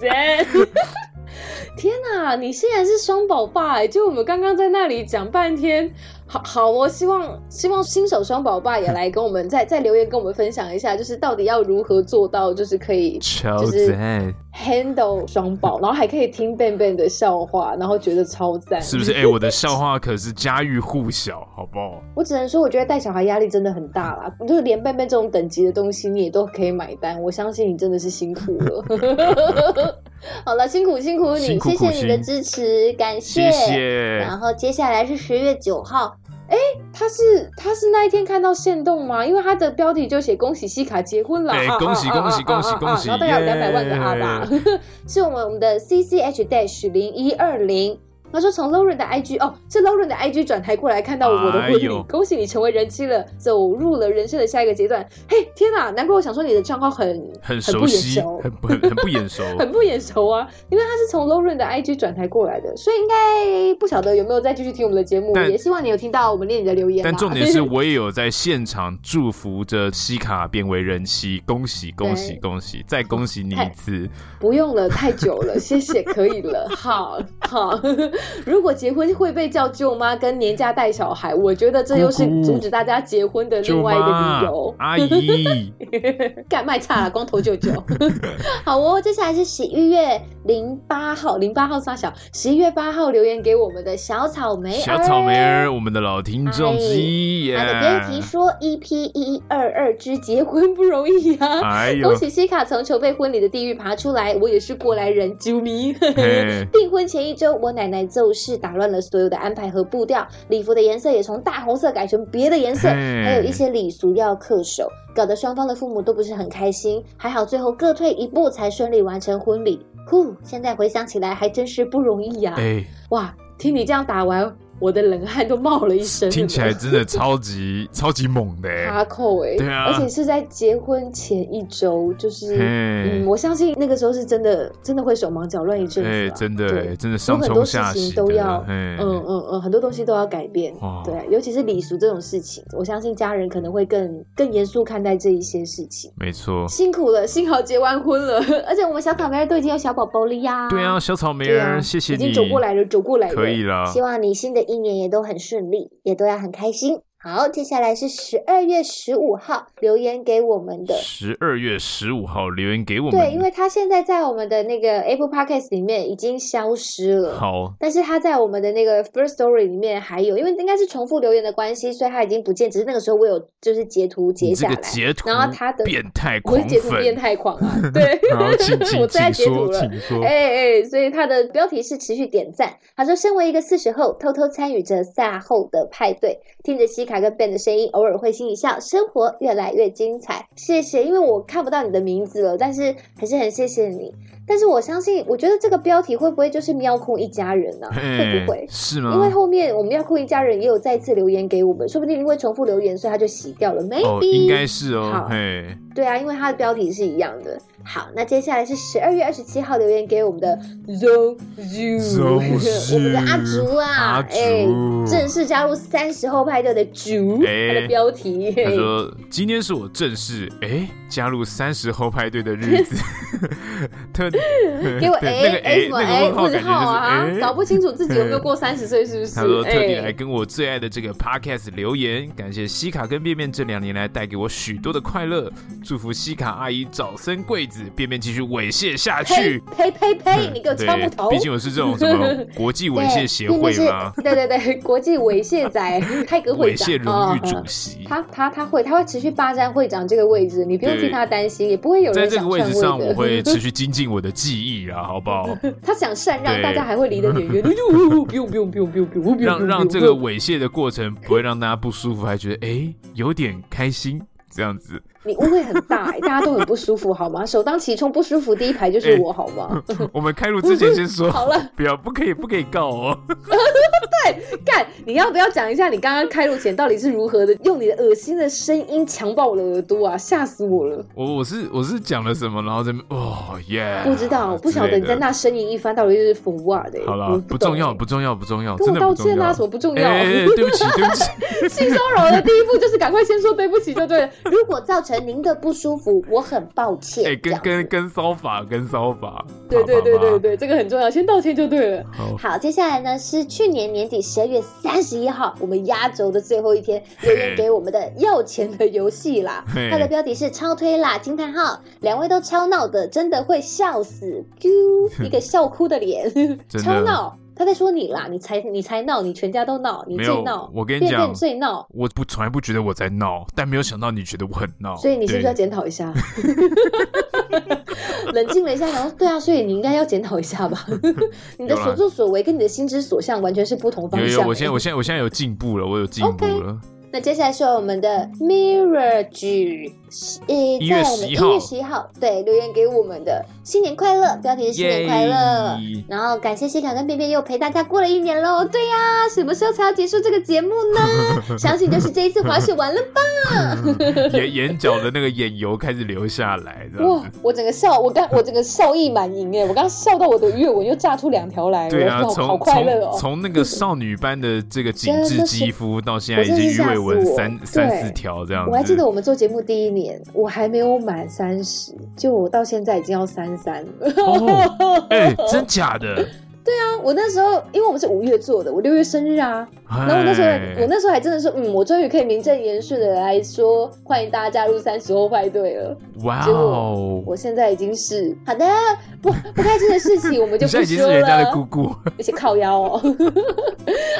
S1: 赞！ 天哪，你现在是双宝爸哎！就我们刚刚在那里讲半天，好好哦，希望希望新手双宝爸也来跟我们再再留言跟我们分享一下，就是到底要如何做到，就是可以
S2: 超
S1: 就是
S2: 赞，
S1: handle 双宝，然后还可以听笨笨的笑话，然后觉得超赞，
S2: 是不是？哎、我的笑话可是家喻户晓，好不好？
S1: 我只能说，我觉得带小孩压力真的很大啦，就是连笨笨这种等级的东西，你也都可以买单。我相信你真的是辛苦了。 好了，辛苦辛苦你，
S2: 辛苦
S3: 嗯谢
S2: 苦
S3: 谢你的
S2: 心，
S3: 支持，感
S2: 谢谢
S3: 然后接下来是十月九号，
S1: 他是他是那一天看到限动吗？因为他的标题就写“恭喜西卡结婚了”，
S2: 对
S1: 啊
S2: 恭喜
S1: 啊啊
S2: 恭喜
S1: 啊
S2: 恭喜
S1: 啊啊
S2: 恭喜
S1: 然后大概有
S2: 耶
S1: 两百万个啊吧。
S3: 是我们我们的 C C H dash 零一二零。
S1: 他说从 Lauren 的 IG 哦，是 Lauren 的 IG 转台过来看到我的
S2: 哎
S1: 婚礼，
S2: 呦
S1: 恭喜你成为人妻了，走入了人生的下一个阶段。嘿，天哪，难怪我想说你的账号很
S2: 很
S1: 不
S2: 熟
S1: 眼
S2: 悉，
S1: 熟
S2: 很。不很很不眼熟。
S1: 很不眼熟啊，因为他是从 Lauren 的 IG 转台过来的，所以应该不晓得有没有再继续听我们的节目。
S2: 但
S1: 也希望你有听到我们念你的留言啊啦。
S2: 但重点是我也有在现场祝福着西卡变为人妻，恭喜恭喜
S1: 对
S2: 恭喜，再恭喜你一次。
S1: 不用了，太久 了，谢谢，可以了，好好。 如果结婚会被叫舅妈跟年假带小孩，我觉得这又是
S2: 姑姑
S1: 阻止大家结婚的另
S2: 舅
S1: 外一个
S2: 妈
S1: 理由。
S2: 阿姨，
S1: 干卖差了，光头 舅舅。
S3: 好哦，接下来是十一月
S1: 零八号，零八号沙小，十一月八号留言给我们的小草莓哎
S2: 小草莓儿，我们的老听众之一耶
S3: 他。的标题说 EP 一一二二之结婚不容易啊。
S2: 哎呦
S3: 恭，喜西卡从 筹备婚礼的地狱爬出来，我也是过来人，啾咪。
S2: 嘿
S3: 订婚前一周，我奶奶奏是打乱了所有的安排和步调，礼服的颜色也从大红色改成别的颜色，
S2: 嘿
S3: 还有一些礼俗要恪守，搞得双方的父母都不是很开心。还好最后各退一步，才顺利完成婚礼。呼，现在回想起来还真是不容易啊呀、
S2: 哎、
S3: 哇，听你这样打完，我的冷汗都冒了一身了呢。
S2: 听起来真的超级超级猛的、欸，
S3: 哈扣哎、
S2: 对啊
S3: 而且是在结婚前一周，就是，
S2: 嘿
S3: 嗯，我相信那个时候是真的，真的会手忙脚乱一阵子、啊
S2: 哎、真的、
S3: 对
S2: 欸，真的上冲下洗的，
S3: 有很多事情都要
S2: 哎、
S3: 嗯嗯嗯，很多东西都要改变
S2: 哇，
S3: 对啊，尤其是礼俗这种事情，我相信家人可能会更更严肃看待这一些事情。
S2: 没错，
S3: 辛苦了，幸好结完婚了，
S2: 哎
S3: 而且我们小草莓儿都已经有小宝宝了呀。
S2: 对啊，小草莓
S3: 对
S2: 儿，
S3: 啊，
S2: 谢谢
S3: 已
S2: 你，
S3: 经走过来了，走过来了，
S2: 可以了，
S3: 希望你新的一年也都很顺利，也都要很开心。好，接下来是十二月十五号留言给我们的。
S2: 十二月十五号留言给我们，
S3: 对，因为他现在在我们的那个 Apple Podcast 里面已经消失了。
S2: 好，
S3: 但是他在我们的那个 First Story 里面还有，因为应该是重复留言的关系，所以他已经不见。只是那个时候我有就是截图截
S2: 你这
S3: 下
S2: 个
S3: 来，
S2: 截图，
S3: 然后他的
S2: 变态
S3: 我
S2: 狂
S3: 是截图变
S2: 粉，
S3: 态 狂啊，对
S2: 好， 请，
S3: 我
S2: 请
S3: 最爱
S2: 请
S3: 截图
S2: 说，
S3: 了。
S2: 请说，
S3: 哎哎，所以他的标题是持续点赞。他说，身为一个四十后，偷偷参与着赛后的派对，听着西卡跟 Ben 的声音，偶尔会心一笑，生活越来越精彩。谢谢，因为我看不到你的名字了，但是还是很谢谢你。但是我相信，我觉得这个标题会不会就是喵控一家人呢、会
S2: 哎
S3: 不会？
S2: 是
S3: 因为
S2: 吗？
S3: 后面我们要酷一家人也有再次留言给我们，说不定因为重复留言，所以他就洗掉了。Maybe，、
S2: 哦，应该是哦
S3: 好，
S2: 嘿，
S3: 对啊，因为它的标题是一样的。好，那接下来是十二月二十七号留言给我们的 Zong
S2: Zong
S3: 嗯 Zhu，我们的阿竹
S2: 阿
S3: 啊，
S2: 竹
S3: 哎、正式加入三十后派对的竹，
S2: 哎
S3: 它的标题。
S2: 他说：“今天是我正式哎加入三十后排队的日子， 特
S3: 给我
S2: 对
S3: 哎
S2: 那个
S3: 哎什么
S2: 那个
S3: 哎
S2: 问号感觉
S3: 号啊
S2: 就是，哎
S3: 搞不清楚自己有没有过三十岁，是不是？
S2: 他说特地
S3: 哎
S2: 来跟我最爱的这个 podcast 留言，感谢西卡跟便便这两年来带给我许多的快乐，祝福西卡阿姨早生贵子，便便继续猥亵下去。
S3: 呸呸呸！你给我敲木
S2: 对
S3: 头，！
S2: 毕竟我是这种什么国际
S3: 对
S2: 猥亵协
S3: 并不
S2: 会
S3: 是
S2: 嘛，
S3: 对对对，国际猥亵仔泰格会
S2: 猥
S3: 长
S2: 亵荣誉
S3: 哦
S2: 主席。
S3: 他他他会，他会持续霸占会长这个位置，你不用
S2: 对
S3: 替他担心，也不会有
S2: 在
S3: 人
S2: 这个
S3: 想
S2: 位置
S3: 篡
S2: 上，
S3: 位的。
S2: 我 会持续精进我的技艺啊，好不好？
S3: 他想禅让
S2: 对
S3: 大家还会离得远远的，就不用不用不用不用不用不用不用，
S2: 让让这个猥亵的过程不会让大家不舒服，还觉得哎、诶有点开心这样 子。
S3: 你误会很大、欸，大 家都很不舒服，好吗？首当其冲不舒服第一排就是我，好吗？
S2: 我们开录哎 之前先说
S3: 好了，
S2: 不要不可以不可以告哦。
S3: 干，你要不要讲一下你刚刚开录前到底是如何的用你的恶心的声音强暴我的耳朵啊？吓死我了！
S2: 我我是我是讲了什么，然后这边哦耶，
S3: 不知道，不晓得你在那呻吟一番到底是 for what 的、欸。
S2: 好
S3: 我
S2: 了，不
S3: 懂
S2: 重要，不重要，不重要，
S3: 跟
S2: 真
S3: 我
S2: 的
S3: 道
S2: 不重
S3: 歉
S2: 要。
S3: 啦，什么不重
S2: 哎
S3: 要？
S2: 哎哎 对不起，对不起，
S3: 性骚扰的第一步就是赶快先说对不起就对了。如果造成您的不舒服，我很抱歉。
S2: 哎、
S3: 这
S2: 跟
S3: 样
S2: 跟跟骚法，跟骚法，
S3: 对对对对
S2: 对，
S3: 对，这个很重要，先道歉就对了。
S2: 好，
S3: 好，接下来呢是去年年底十二月三十一号，我们压轴的最后一天留言给我们的要钱的游戏啦
S2: 嘿。
S3: 它的标题是超推啦惊叹号，两位都超闹的，真的会笑死，啾，一个笑哭的脸，
S2: 的
S3: 超闹。他在说你啦，你才你才闹，你全家都闹，你
S2: 没
S3: 最
S2: 有
S3: 闹，，
S2: 我跟你
S3: 变
S2: 讲
S3: 变，最闹。
S2: 我不从来不觉得我在闹，但没有想到你觉得我很闹，
S3: 所以你是不是要
S2: 对
S3: 检讨一下？ 冷静了一下，然后对啊，所以你应该要检讨一 下吧。你的
S2: 有啦
S3: 所作所为跟你的心之所向完全是不同方
S2: 有
S3: 向、
S2: 有，我
S3: 欸
S2: 现在我现在我现在有进步了，我有进步
S3: OK
S2: 了。
S3: 那接下来是我们的 Mirror 剧，呃，
S2: 1
S3: 在
S2: 月
S3: 我们
S2: 11
S3: 1
S2: 号
S3: 月十一号，对，留言给我们的新年快乐，标题是新年快乐
S2: Yay。
S3: 然后感谢西卡跟便便又陪大家过了一年喽。对呀、什么时候才要结束这个节目 呢？相信就是这一次滑雪完了吧。
S2: 眼眼角的那个眼油开始流下来，这样
S3: 哇
S2: 子。！
S3: 我整个笑，我刚我整个笑意满盈哎，我刚笑到我的月纹又炸出两条来，
S2: 对啊，
S3: 我
S2: 从
S3: 好快乐
S2: 从
S3: 哦！
S2: 从那个少女般的这个紧
S3: 真
S2: 致
S3: 的是
S2: 肌肤，到现在已
S3: 我真
S2: 经
S3: 是
S2: 鱼
S3: 吓
S2: 尾纹
S3: 死我
S2: 三
S3: 对
S2: 三四条这样子。
S3: 我还记得我们做节目第一年，我还没有满三十，就我到现在已经要三三了。
S2: 哦，哎，真假的
S3: 我那时候因为我们是五月做的，我六月生日啊，
S1: 然
S2: 然
S1: 后我那时候，
S2: 哎
S1: 我那时候还真的是，嗯，我终于可以名正言顺的来说，欢迎大家加入三十后派对了。
S2: 哇
S1: 结果
S2: 哦，
S1: 我现在已经是好的，不不开心的事情我们就
S2: 你现在
S1: 不
S2: 已经
S1: 说
S2: 是人家的 姑
S1: 了，
S2: 姑，
S1: 而且靠腰哦。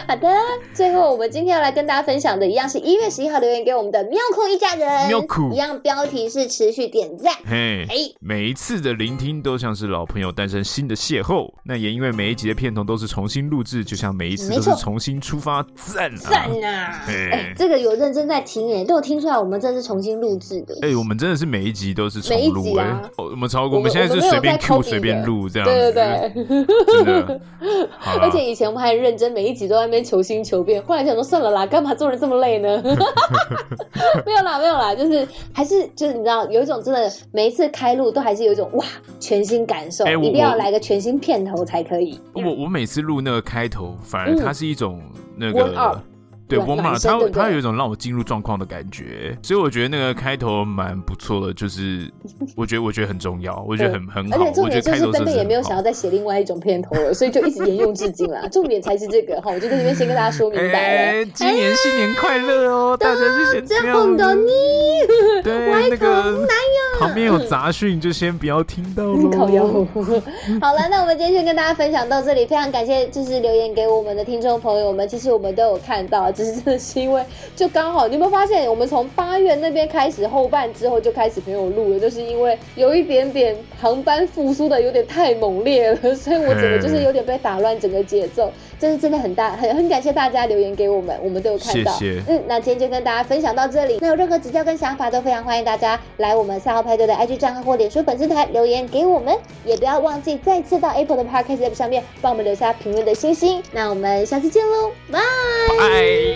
S1: 好的，最后我们今天要来跟大家分享的，一样是一月十一号留言给我们的妙酷一家人，
S2: 妙酷
S1: 一样标题是持续点赞。
S2: 嘿。
S1: 哎，
S2: 每一次的聆听都像是老朋友诞生新的邂逅，那也因为每一集的片头都是重新录制，就像每一次
S1: 没
S2: 都是
S1: 错
S2: 重新出发，赞啊！
S1: 赞呐！
S2: 嘿
S1: 哎，这个有认真在听耶，都有听出来我们这是重新录制的。
S2: 哎、我们真的是每一集都是重
S1: 每一
S2: 录
S1: 集
S2: 哎、
S1: 啊
S2: 哦我们超过，
S1: 我们
S2: 现在
S1: 我
S2: 是
S1: 们没有
S2: 随便
S1: 在
S2: Q
S1: 抠
S2: 随
S1: 鼻
S2: 便
S1: 的
S2: 录这样
S1: 对
S2: 子，
S1: 对 对。
S2: 真的。好啦
S1: 而且以前我们还认真每一集都在那边求新求变，后来想说算了啦，干嘛做人这么累 呢？没有啦，没有啦，就是还是就是你知道，有一种真的每一次开录都还是有一种哇全新感受，
S2: 哎我
S1: 一定要
S2: 我
S1: 来个全新片头才可以。
S2: 我我每次录那个开头，反而
S1: 嗯
S2: 它是一种那
S1: warm up，
S2: 个。对，
S1: 暖
S2: 我马
S1: 暖身
S2: 它
S1: 对不对
S2: 它有一种让我进入状况的感觉，所以我觉得那个开头蛮不错的，就是我觉得我觉得很重要，我觉得很很
S1: 而
S2: 好
S1: 且，重
S2: 我觉
S1: 点
S2: 得
S1: 就
S2: 开
S1: 是
S2: 头
S1: 笨
S2: 设
S1: 笨
S2: 置
S1: 也
S2: 很
S1: 没有
S2: 好
S1: 想要再写另外一种片头了，所以就一直沿用至今啦。重点才是这个哈，我就在这边先跟大家说明白 了。
S2: 哎，今年新年快乐哦！大家就先这样
S1: 红豆
S2: 子。
S1: 泥，
S2: 对，那个 旁边有杂讯，就先不要听到
S1: 烤腰
S2: 喽。。
S1: 好了，那我们今天就跟大家分享到这里，非常感谢就是留言给我们的听众朋友们，其实我们都有看到，只是真的是因为就刚好，你有没有发现我们从八月那边开始后半之后就开始没有录了，就是因为有一点点航班复苏的有点太猛烈了，所以我整个就是有点被打乱整个节奏，这是真的很大很很感谢大家留言给我们，我们都有看到。
S2: 谢谢
S1: 嗯，那今天就跟大家分享到这里。那有任何指教跟想法，都非常欢迎大家来我们三号派对的 IG 账号或脸书粉丝团留言给我们，也不要忘记再次到 Apple 的 Podcast app 上面帮我们留下评论的星星。那我们下次见喽，拜。
S2: 哎。